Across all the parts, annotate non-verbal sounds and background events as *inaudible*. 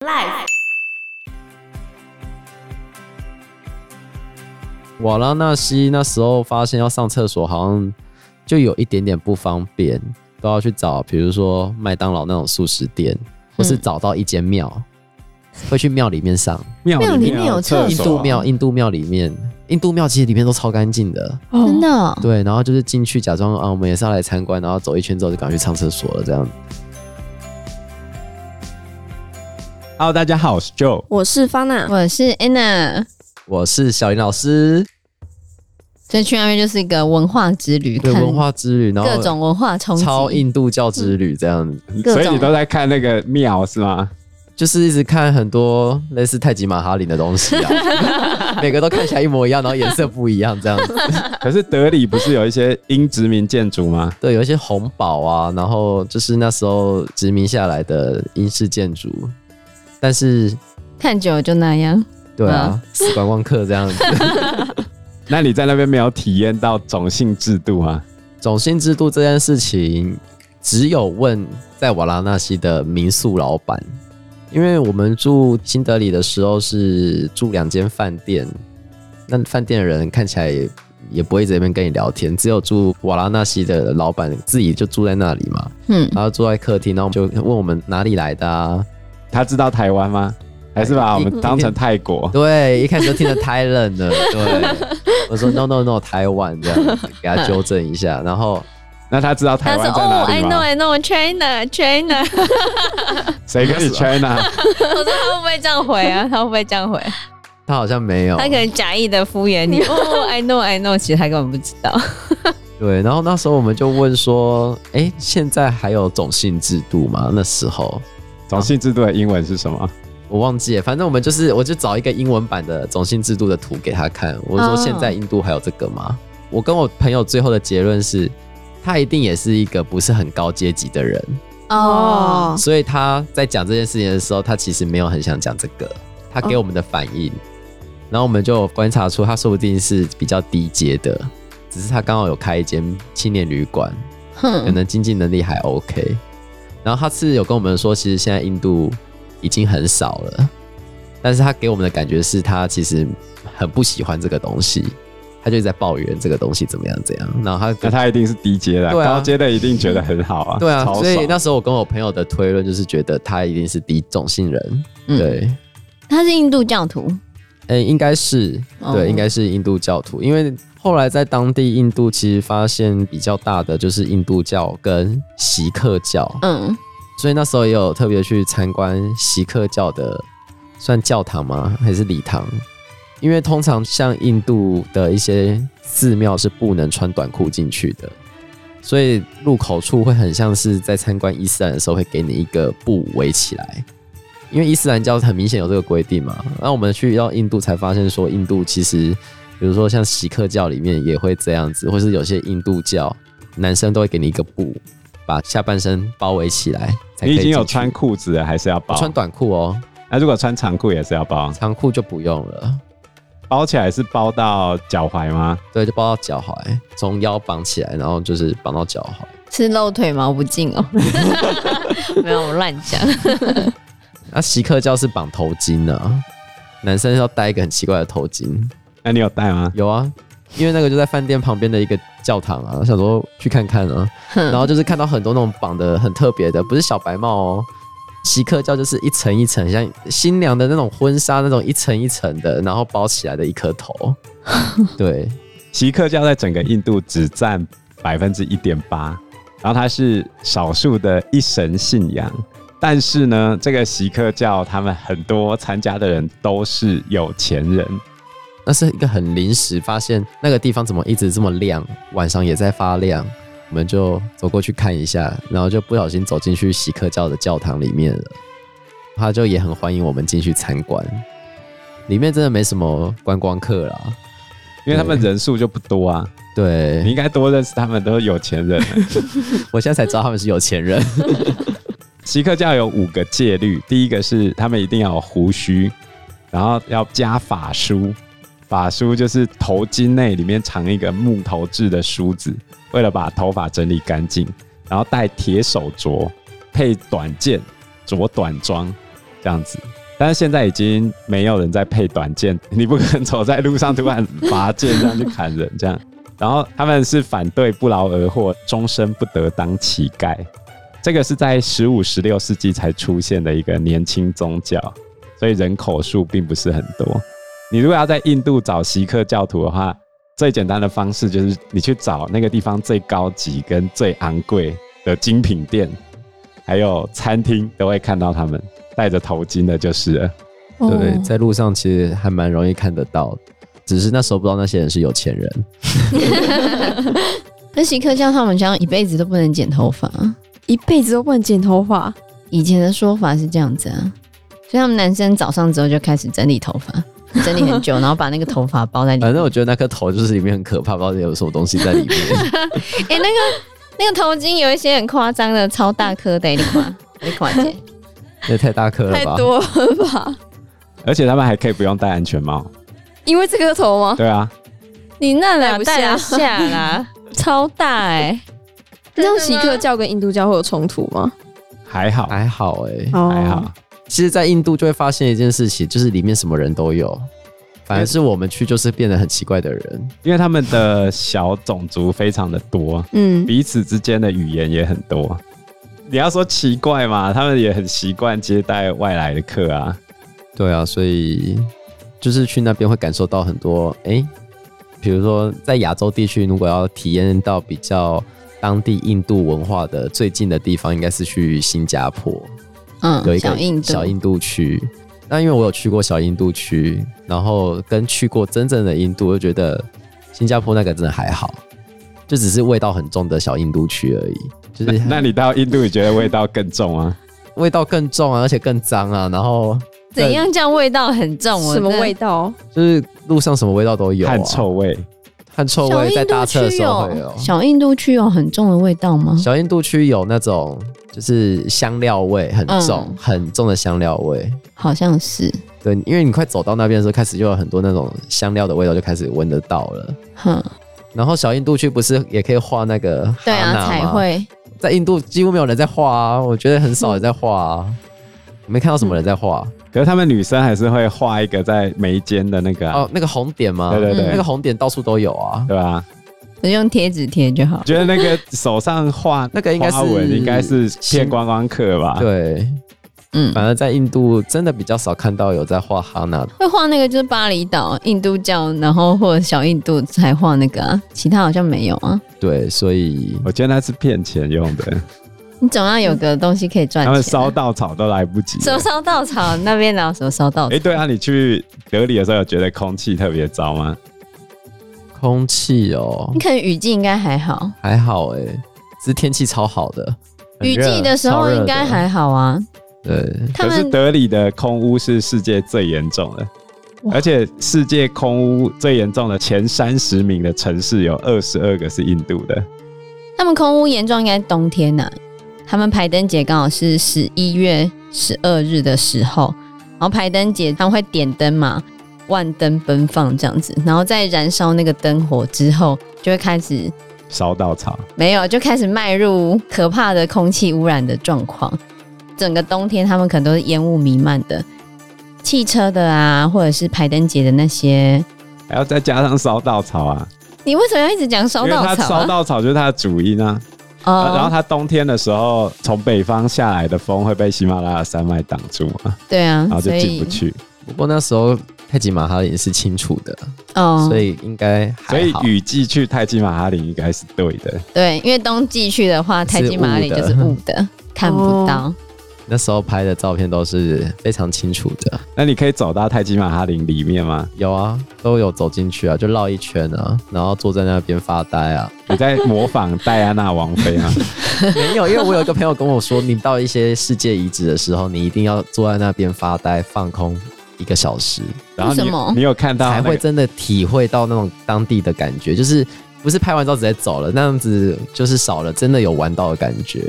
Life。瓦拉纳西那时候发现要上厕所，好像就有一点点不方便，都要去找，比如说麦当劳那种素食店，或是找到一间庙，嗯会去庙里面上。庙庙里里哦面有厕印所度庙，印度庙里面，印度庙其实里面都超干净的。真的哦、对，然后就是进去假装啊，我们也是要来参观，然后走一圈之后就赶快去上厕所了，这样。 Hello，大家好，我是 Joe。我是方娜，我是 Anna，我是小林 *laughs* 老师，所以去那边就是一个文化之旅，对看文化之旅，然后各种文化冲击，超印度教之嗯旅这样子，各所以种你都在看那个庙是吗？就是一直看很多类似太极马哈林的东西啊，每个都看起来一模一样，然后颜色不一样这样子。可是德里不是有一些英殖民建筑吗？对，有一些红堡啊，然后就是那时候殖民下来的英式建筑，但是看久了就那样。对啊，死观光客这样子。那你在那边没有体验到种姓制度吗？种姓制度这件事情，只有问在瓦拉纳西的民宿老板，因为我们住新德里的时候是住两间饭店，那饭店的人看起来也也不会在那边跟你聊天，只有住瓦拉纳西的老板自己就住在那里嘛，嗯，然后住在客厅，然后就问我们哪里来的啊，他知道台湾吗？还是把我们当成泰国？对，一开始就听得太冷了，对，我说 no no no 台湾这样子，给他纠正一下，然后那他知道台呃他说湾在哪啊哦，I 里 know 吗？ I know China *laughs* China，谁跟你啊 China？我说他会不会这样回啊？他会不会这样回？他好像没有，他可能假意的敷衍你。哦，I know I know，其实他根本不知道。对，然后那时候我们就问说，哎，现在还有种姓制度吗？那时候种姓制度的英文是什么？我忘记了，反正我们就是，我就找一个英文版的种姓制度的图给他看，我说哦现在印度还有这个吗？我跟我朋友最后的结论是，他一定也是一个不是很高阶级的人，哦所以他在讲这件事情的时候，他其实没有很想讲这个，他给我们的反应，然后我们就观察出他说不定是比较低阶的，只是他刚好有开一间青年旅馆，可哼，能经济能力还 OK。然后他是有跟我们说，其实现在印度已经很少了，但是他给我们的感觉是他其实很不喜欢这个东西，他就一直在抱怨这个东西怎么样怎样。然后他那他一定是低阶的，对啊高阶的一定觉得很好 *laughs* 啊。对啊，超爽所以那时候我跟我朋友的推论就是觉得他一定是低种姓人，嗯对，他是印度教徒。嗯，应该是哦对，应该是印度教徒，因为后来在当地印度其实发现比较大的就是印度教跟锡克教，嗯，所以那时候也有特别去参观锡克教的，算教堂吗？还是礼堂？因为通常像印度的一些寺庙是不能穿短裤进去的，所以入口处会很像是在参观伊斯兰的时候会给你一个布围起来，因为伊斯兰教很明显有这个规定嘛。那我们去到印度才发现说，印度其实比如说像锡克教里面也会这样子，或是有些印度教男生都会给你一个布，把下半身包围起来才可你以已经有进去穿裤子了，还是要包？我穿短裤哦，那如果穿长裤也是要包，长裤就不用了。包起来是包到脚踝吗？对，就包到脚踝，从腰绑起来，然后就是绑到脚踝。是露腿毛不进 *laughs* 哦。没有，我乱 *laughs* 讲。那锡克教是绑头巾啊，男生要戴一个很奇怪的头巾。那你有带吗？有啊，因为那个就在饭店旁边的一个教堂啊，想说去看看啊。然然后就是看到很多那种绑的很特别的，不是小白帽哦。锡克教就是一层一层，像新娘的那种婚纱那种一层一层的，然后包起来的一颗头。 *laughs* 对，锡克教在整个印度只占百分之一点八，然后它是少数的一神信仰。但是呢，这个锡克教他们很多参加的人都是有钱人，那是一个很临时发现那个地方怎么一直这么亮，晚上也在发亮，我们就走过去看一下，然后就不小心走进去锡克教的教堂里面了。他就也很欢迎我们进去参观，里面真的没什么观光客啦。因为他们人数就不多啊。你对嗯应该多认识他们，都是有钱人。我现在才知道他们是有钱人，锡克教有五个戒律，第一个是他们一定要有胡须，然后要加法梳，法梳就是头巾内里面藏一个木头制的梳子，为了把头发整理干净，然后戴铁手镯，配短剑，着短装，这样子。但是现在已经没有人在配短剑，你不可能走在路上突然拔剑这样去砍人这样。然后他们是反对不劳而获，终身不得当乞丐。这个是在十五、十六世纪才出现的一个年轻宗教，所以人口数并不是很多。你如果要在印度找锡克教徒的话，最简单的方式就是你去找那个地方最高级跟最昂贵的精品店，还有餐厅都会看到他们戴着头巾的，就是了对，在路上其实还蛮容易看得到的，只是那时候不知道那些人是有钱人。那锡克教他们像一辈子都不能剪头发，一辈子都不能剪头发，以前的说法是这样子啊，所以他们男生早上之后就开始整理头发，整理很久，然后把那个头发包在里面反。正我觉得那颗头就是里面很可怕，不知道有什么东西在里 *laughs* 面。哎、那个那个头巾有一些很夸张的，超大颗的，你看，你看见？也太大颗了太吧？多 *laughs* 了吧？而且他们还可以不用戴安全帽。因为这个头吗？对啊，你戴那俩不 *laughs* 戴下得下啦，超大哎、你知道真的锡吗克教跟印度教会有冲突吗？还好，还好哎、哦还好，其实，在印度就会发现一件事情，就是里面什么人都有，反而是我们去就是变得很奇怪的人。因为他们的小种族非常的多，嗯，彼此之间的语言也很多。你要说奇怪嘛，他们也很习惯接待外来的客啊。对啊，所以就是去那边会感受到很多，哎、比如说在亚洲地区，如果要体验到比较当地印度文化的最近的地方，应该是去新加坡。有嗯，一个小印度，小印度区。那因为我有去过小印度区，然后跟去过真正的印度，我就觉得新加坡那个真的还好，就只是味道很重的小印度区而已，就那是那你到印度，你觉得味道更重啊？味道更重啊，而且更脏啊，然后怎样叫味道很重？我什么真的味？ *laughs* 道？就是路上什么味道都有、啊，汗、臭味，汗臭小味印在搭度车的区时候会有有。小印度区有很重的味道吗？小印度区有那种就是香料味很重、嗯很重的香料味，好像是，对，因为你快走到那边的时候，开始就有很多那种香料的味道就开始闻得到了。哼，然后小印度区不是也可以画那个对哈啊，娜吗彩，绘在印度几乎没有人在画啊，我觉得很少人在画啊，嗯我没看到什么人在画、啊可是他们女生还是会画一个在眉间的那个、啊，哦，那个红点吗？对对对，那个红点到处都有啊，对吧？我就用贴纸贴就好。觉得那个手上画 *laughs* 那个应该是花纹应该是骗观光客吧？，对，嗯，反而在印度真的比较少看到有在画哈娜，会画那个就是巴厘岛印度教，然后或者小印度才画那个、啊，其他好像没有啊。对，所以我觉得那是骗钱用 *laughs* 的，你总要有个东西可以赚他们钱烧啊。稻草都来不及。什么烧稻草？那边哪有什么烧稻哎、草？对啊，你去德里的时候有觉得空气特别糟吗？空气哦你可能雨季应该还好，还好哎、只是天气超好的，很雨热季的时超候热的应该还好啊。对，他可是们德里的空污是世界最严重的，哇而且世界空污最严重的前三十名的城市有二十二个是印度的。他们空屋严重应该冬天呐、他们排灯节刚好是十一月十二日的时候，然后排灯节他们会点灯嘛，万灯奔放这样子，然后在燃烧那个灯火之后，就会开始烧稻草，没有，就开始迈入可怕的空气污染的状况。整个冬天，他们可能都是烟雾弥漫的，汽车的啊，或者是排灯节的那些。还要再加上烧稻草啊，你为什么要一直讲烧因为稻它草、烧啊？哦稻草就是它的主因啊。 *laughs* 啊然后它冬天的时候，从北方下来的风会被喜马拉雅山脉挡住嘛，对啊然，后就所进以不去。不过那时候泰姬玛哈林是清楚的，哦所以应该所还以好。雨季去泰姬玛哈林应该是对的。对，因为冬季去的话，泰姬玛里就是雾的，看不到。那时候拍的照片都是非常清楚的，那你可以走到泰姬玛哈林里面吗？有啊，都有走进去啊，就绕一圈啊，然后坐在那边发呆 *laughs* 啊。你在模仿戴安娜王妃 *laughs* 吗？没有，因为我有一个朋友跟我说，你到一些世界遗址的时候，你一定要坐在那边发呆放空一个小时，然后为什么你你有看到、那才个会真的体会到那种当地的感觉，就是。不是拍完照直接走了，那样子就是少了真的有玩到的感 *laughs* 觉。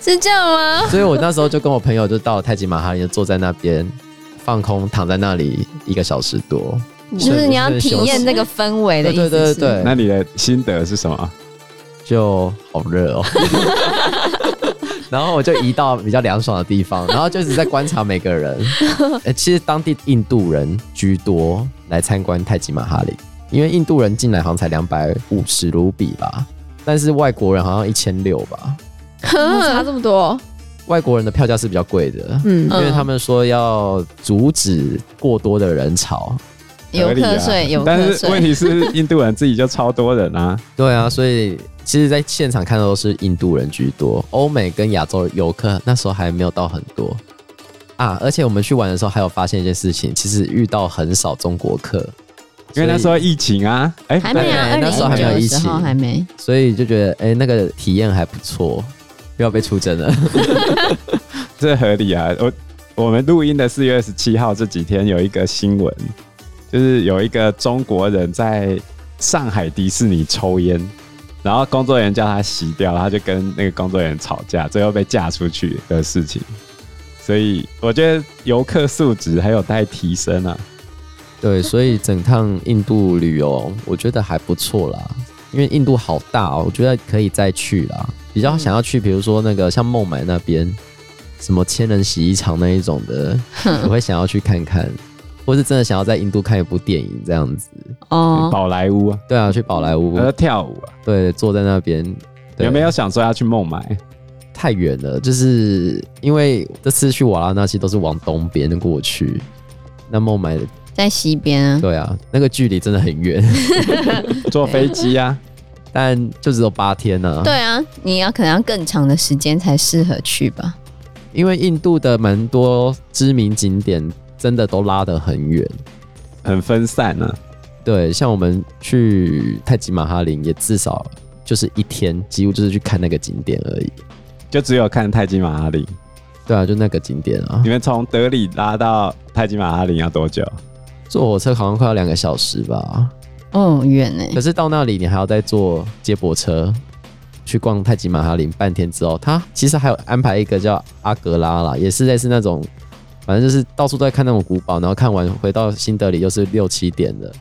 是这样吗？所以我那时候就跟我朋友就到了泰姬玛哈林，就坐在那边放空，躺在那里一个小时多。就是你要体验那个。个氛围的意思对对是。对对那你的心得是什么？就好热哦，然后我就移到比较凉爽的地方，然后就一直在观察每个人。呃，其实当地印度人居多来参观泰姬玛哈里，因为印度人进来好像才两百五十卢比吧，但是外国人好像一千六吧。差这么多，外国人的票价是比较贵的，嗯嗯因为他们说要阻止过多的人潮。游合理客啊税，游但客是税，问题是，印度人自己就超多 *laughs* 人啊，对啊，所以其实在现场看到都是印度人居多，欧美跟亚洲游客那时候还没有到很多啊。而且我们去玩的时候还有发现一件事情，其实遇到很少中国客，因为那时候候疫情啊，哎、还没啊，对二零那时候一还没九有的疫时候情还没。所以就觉得哎、诶那个体验还不错，不要被出征了。这合理啊。我我们录音的四月二十七号这几天有一个新闻，就是有一个中国人在上海迪士尼抽烟，然后工作人员叫他洗掉，然后就跟那个工作人员吵架，最后被架出去的事情。所以我觉得游客素质还有待提升啊。对，所以整趟印度旅游我觉得还不错啦，因为印度好大哦，我觉得可以再去啦。比较想要去，比如说那个像孟买那边，什么千人洗衣厂那一种的，我会想要去看看，或是真的想要在印度看一部电影这样子。哦，宝莱坞啊，对啊，去宝莱坞，呃，跳舞啊，对，坐在那边。对有没有想说要去 *laughs* 孟买？太远了，就是因为这次去瓦拉纳西都是往东边过去，那孟买在西边啊，对啊，那个距离真的很远， *laughs* 坐飞机啊？但就只有八天呢、啊。对啊，你要可能要更长的时间才适合去吧。因为印度的蛮多知名景点真的都拉得很远。很分散啊。对，像我们去泰姬玛哈林也至少就是一天，几乎就是去看那个景点而已。就只有看泰姬玛哈陵。对啊，就那个景点啊你，们从德里拉到泰姬玛哈陵要多久？坐火车好像快要两个小时吧。哦，远呢、可是到那里你还要再坐接驳车去逛泰姬玛哈林，半天之后，它其实还有安排一个叫阿格拉啦，也是类似那种，反正就是到处都在看那种古堡，然后看完回到新德里又是六七点的。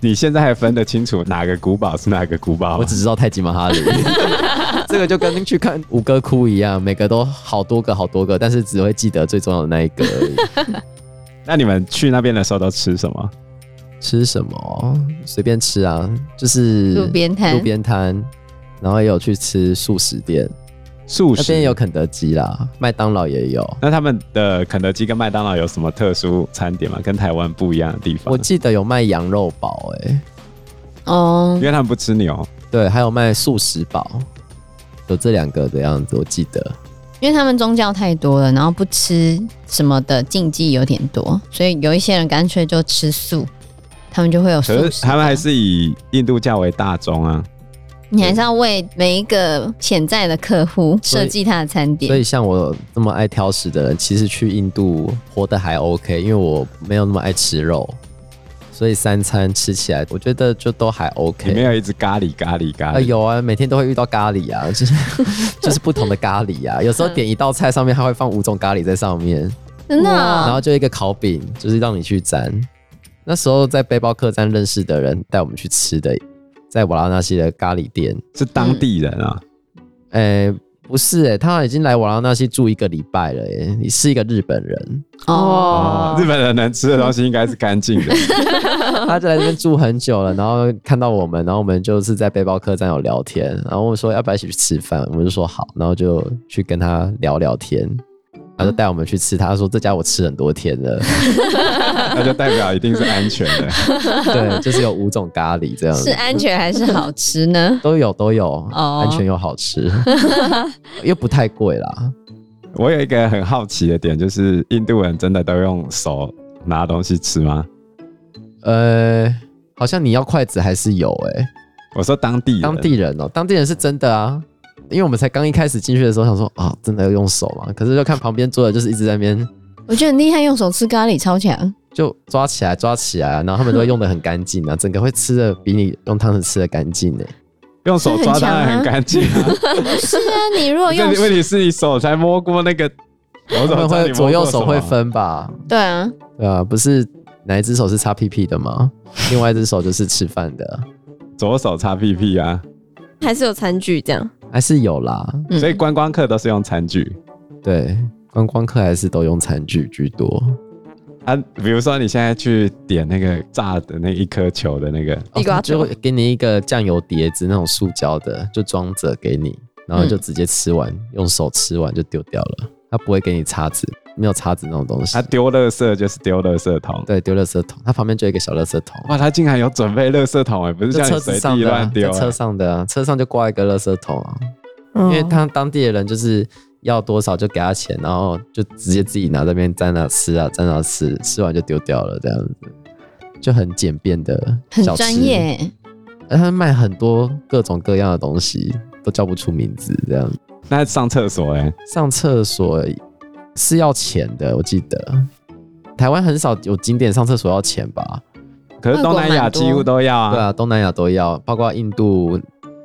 你现在还分得清楚哪个古堡是哪个古堡我吗？只知道泰姬玛哈陵，这个就跟去看五哥窟一样，每个都好多个好多个，但是只会记得最重要的那一个而 *laughs* 已。 *laughs* 那你们去那边的时候都吃什么？吃什么？随便吃啊，就是路边摊路边摊，然后也有去吃素食店，素那食边也有。肯德基啦，麦当劳也有。那他们的肯德基跟麦当劳有什么特殊餐点吗？跟台湾不一样的地方？啊我记得有卖羊肉堡、欸，哎，哦因，为他们不吃牛，对，还有卖素食堡，有这两个的样子，我记得。因为他们宗教太多了，然后不吃什么的禁忌有点多，所以有一些人干脆就吃素，他们就会有素可食是吧他们还是以印度教为大宗啊。你还是要为每一个潜在的客户所以设计他的餐所点。以像我这么爱挑食的人，其实去印度活得还 OK，因为我没有那么爱吃肉，所以三餐吃起来我觉得就都还里面 OK。有一只咖喱咖喱咖啊，喱，有啊，每天都会遇到咖喱啊， *laughs* 就是就是不同的咖喱啊。有时候点一道菜上面，它会放五种咖喱在上面，真的然哦、后就一个烤饼，就是让你去沾。那时候在背包客栈认识的人带我们去吃的，在瓦拉纳西的咖喱店，是当地人啊。诶、呃不是诶、欸他已经来瓦拉纳西住一个礼拜了诶、你是一个日本 *laughs* 人，哦，哦，日本人能吃的东西应该是干净的。他就来这边住很久了，然后看到我们，然后我们就是在背包客栈有聊天，然后我说要不要一起去吃饭，我们就说好，然后就去跟他聊聊天，他就带我们去吃，他说这家我吃很多天 *laughs* 了，那就代表一定是安全的。对，就是有五种咖喱这样是子。？安全还是好吃呢都有都有，哦安全又好吃，又不太贵啦。我有一个很好奇的点，就是印度人真的都用手拿东西吃吗？呃，好像你要筷子还是有欸诶、我说当地人当地人哦、当地人是真的啊，因为我们才刚一开始进去的时候想说啊，真的要用手嘛，可是就看旁边桌的就是一直在那边 *laughs* 我觉得很厉害，用手吃咖喱超强。就抓起来抓起来啊，然后他们都会用的很干净啊，整 *laughs* 个会吃的比你用汤匙吃的干净呢。用手抓当然很干净啊。 *laughs* 是啊，你如果这用问题是你手才摸过那个， *laughs* 我他怎么们知道你会摸过左右什手么会。分吧？对啊，对啊，不是哪一只手是擦屁屁的吗？另外一只手就是吃饭的。左手擦屁屁啊，还是有餐具这样，还是有啦。嗯所以观光客都是用餐具。对，观光客还是都用餐具居多。啊，比如说你现在去点那个炸的那一颗球的那个，地瓜哦就球会给你一个酱油碟子，那种塑胶的，就装着给你，然后就直接吃完，用手吃完就丢掉了。他不会给你叉子，没有叉子那种东西。他丢垃圾就是丢垃圾桶。对，丢垃圾桶，它旁边就有一个小垃圾桶，哇，他竟然有准备垃圾桶哎，不是就像车你子随上地的、乱啊，丢在欸。车上的、啊，车上就挂一个垃圾桶啊，因因为他当地的人就是要多少就给他钱，然后就直接自己拿这边在那吃啊，在那吃，吃完就丢掉了，这样子就很简便的，很专业、。欸。而呃他卖很多各种各样的东西，都叫不出名字。这样那上厕所哎，上厕所是要钱的，我记得台湾很少有景点上厕所要钱吧？可是东南亚几乎都要对啊。啊，东南亚都要，包括印度，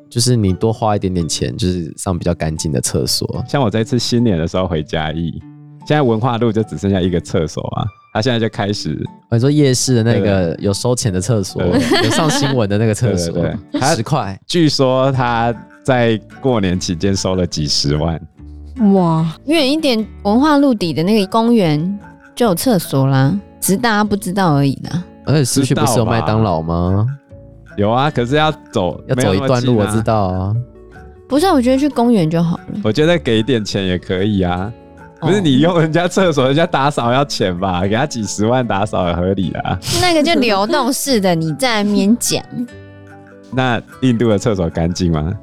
就是你多花一点点钱，就是上比较干净的厕所。哦像我这次新年的时候回嘉义，现在文化路就只剩下一个厕所啊，他现在就开始我说夜市的那个有收钱的厕所，对有上新闻的那个厕所对对，对它十块。据说他在过年期间收了几十万，哇，远一点，文化路底的那个公园就有厕所啦，只是大家不知道而已啦。而且市区不是有麦当劳吗？有啊，可是要走要没走有那一么段路，近我啊知道啊。不是啊，我觉得去公园就好了。我觉得给一点钱也可以啊，不是哦你用人家厕所，人 *laughs* 家打扫要钱吧？给他几十万打扫也合理啊。那个就流动式的，你在那边 *laughs* 讲，那印度的厕所干净吗？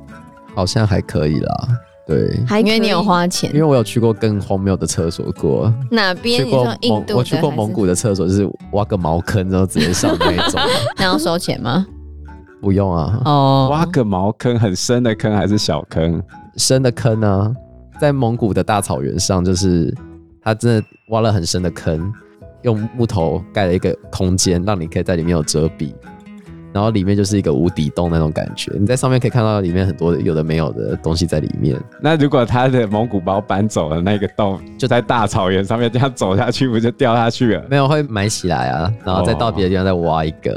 好像还可以啦，对。还因为你有花花，因为钱。我有去过更荒谬的厕所过，哪去边？你过说蒙印度的我去过还是蒙古的厕所，就是挖个茅坑然后直接上 *laughs* 那一种，那要收钱吗？不用啊，哦，挖个茅坑，很深的坑还是小坑？深的坑呢，在蒙古的大草原上，就是它真的挖了很深的坑，用木头盖了一个空间，让你可以在里面有遮蔽，然后里面就是一个无底洞那种感觉，你在上面可以看到里面很多有的没有的东西在里面，那如果他的蒙古包搬走了那个洞，就在大草原上面这样走下去，不就掉下去了？没有会埋起来啊，然哦后再到别的地方再挖一个，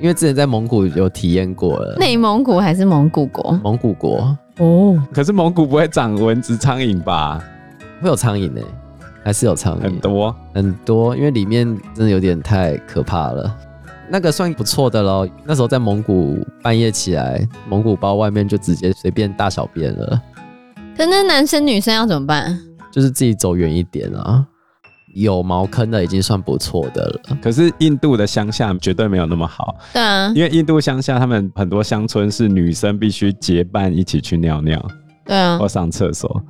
因为之前在蒙古有体验过了，内蒙古还是蒙古国？蒙古国。哦，可是蒙古不会长蚊子、苍蝇吧？会有苍蝇呢、还是有苍蝇，很多。很多，因为里面真的有点太可怕了。那个算不错的喽。那时候在蒙古半夜起来，蒙古包外面就直接随便大小便了，可那男生女生要怎么办？就是自己走远一点啊。有茅坑的已经算不错的了，可是印度的乡下绝对没有那么好，对啊，因为印度乡下他们很多乡村是女生必须结伴一起去尿尿。对啊或，上厕所。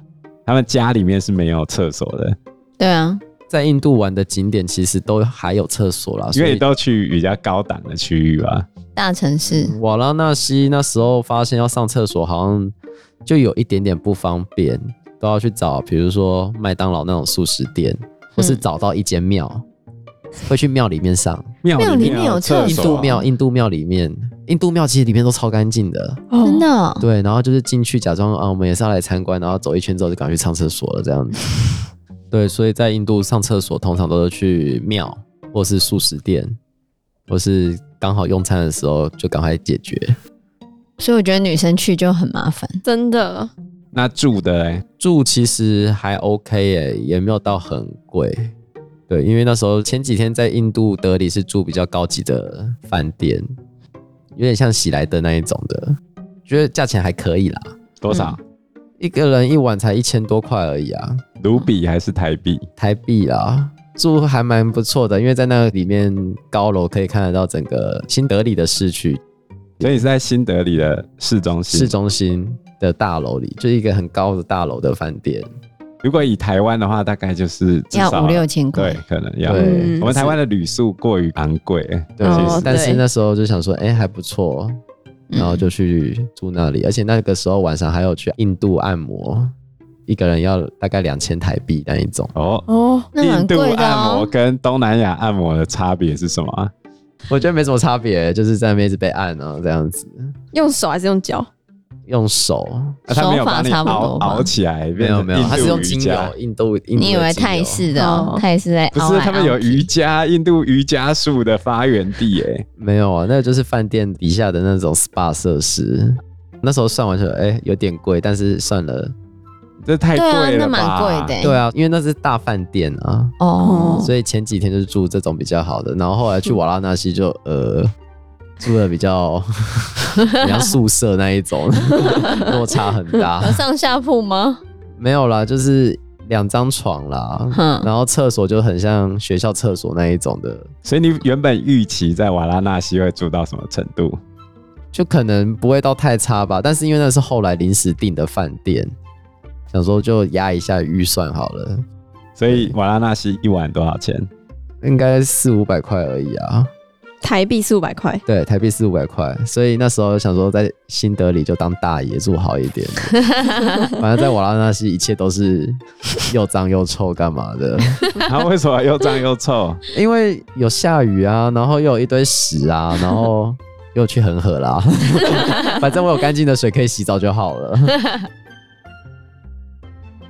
他们家里面是没有厕所的，对啊，在印度玩的景点其实都还有厕所啦，因哦所为以你都去比较高档的区域吧。大城市瓦拉纳西那时候发现要上厕所，好像就有一点点不方便，都要去找，比如说麦当劳那种素食店，或是找到一间庙，会去庙里面上。庙庙里里面有厕厕印所度庙，印度庙里啊面，印度庙其实里面都超干净的，真的哦对。然后就是进去假装啊，我们也是要来参观，然后走一圈之后就赶快去上厕所了，这 *laughs* 样子。对，所以在印度上厕所通常都是去庙，或是素食店，或是刚好用餐的时候就赶快解决。所以我觉得女生去就很麻烦。真的那住的嘞，住其实还 OK 耶、也没有到很贵。对，因为那时候前几天在印度德里是住比较高级的饭店，有点像喜来登那一种的，觉得价钱还可以啦，多少？一个人一晚才一千多块而已啊，卢比还是台币？台币啦，住还蛮不错的，因为在那里面高楼可以看得到整个新德里的市区，所以你是在新德里的市中心。市中心的大楼里，就是一个很高的大楼的饭店。如果以台湾的话，大概就是至要少啊五六千块对，，可能要。对，嗯嗯我们台湾的旅宿过于昂贵， *laughs* 对，哦其实 *laughs* 但是对那时候就想说，哎、还不错，嗯然后就去住那里，而且那个时候晚上还有去印度按摩，一个人要大概两千台币那一种，哦。哦，那印蛮度贵的按摩哦。跟东南亚按摩的差别是什么啊？我觉得没什么差别，就是在那边一直被按啊这样子，用手还是用脚？用手啊他没有把你手法差不熬多吧熬起来，没变有成没有，印度它是用瑜精伽油，印度印度的精油，你以为泰式的哦哦，泰式在不凹是来他们有凹去瑜伽，印度瑜伽术的发源地诶。没有啊，那个就是饭店底下的那种 SPA 设施，那时候算完就哎、有点贵，但是算了。这太对啊，贵那了吧？蛮贵的、欸。对啊，因为那是大饭店啊，哦，所以前几天就是住这种比较好的，然后后来去瓦拉纳西就呃住的比 *laughs* 较比较宿舍那一种， *laughs* 落差很大。有上下铺吗？没有啦，就是两张床啦，哼然后厕所就很像学校厕所那一种的，所以你原本预期在瓦拉纳西会住到什么程度？就可能不会到太差吧。但是因为那是后来临时订的饭店，想说就压一下预算好了，所以瓦拉纳西一晚多少钱？应该四五百块而已啊。台币四五百块，对，台币四五百块，所以那时候想说在新德里就当大爷住好一点。反正在瓦拉纳西一切都是又脏又臭干嘛的，他为什么又脏又臭？因为有下雨啊，然后又有一堆屎啊，然后又去恒河啦。 *laughs* 反正我有干净的水可以洗澡就好了。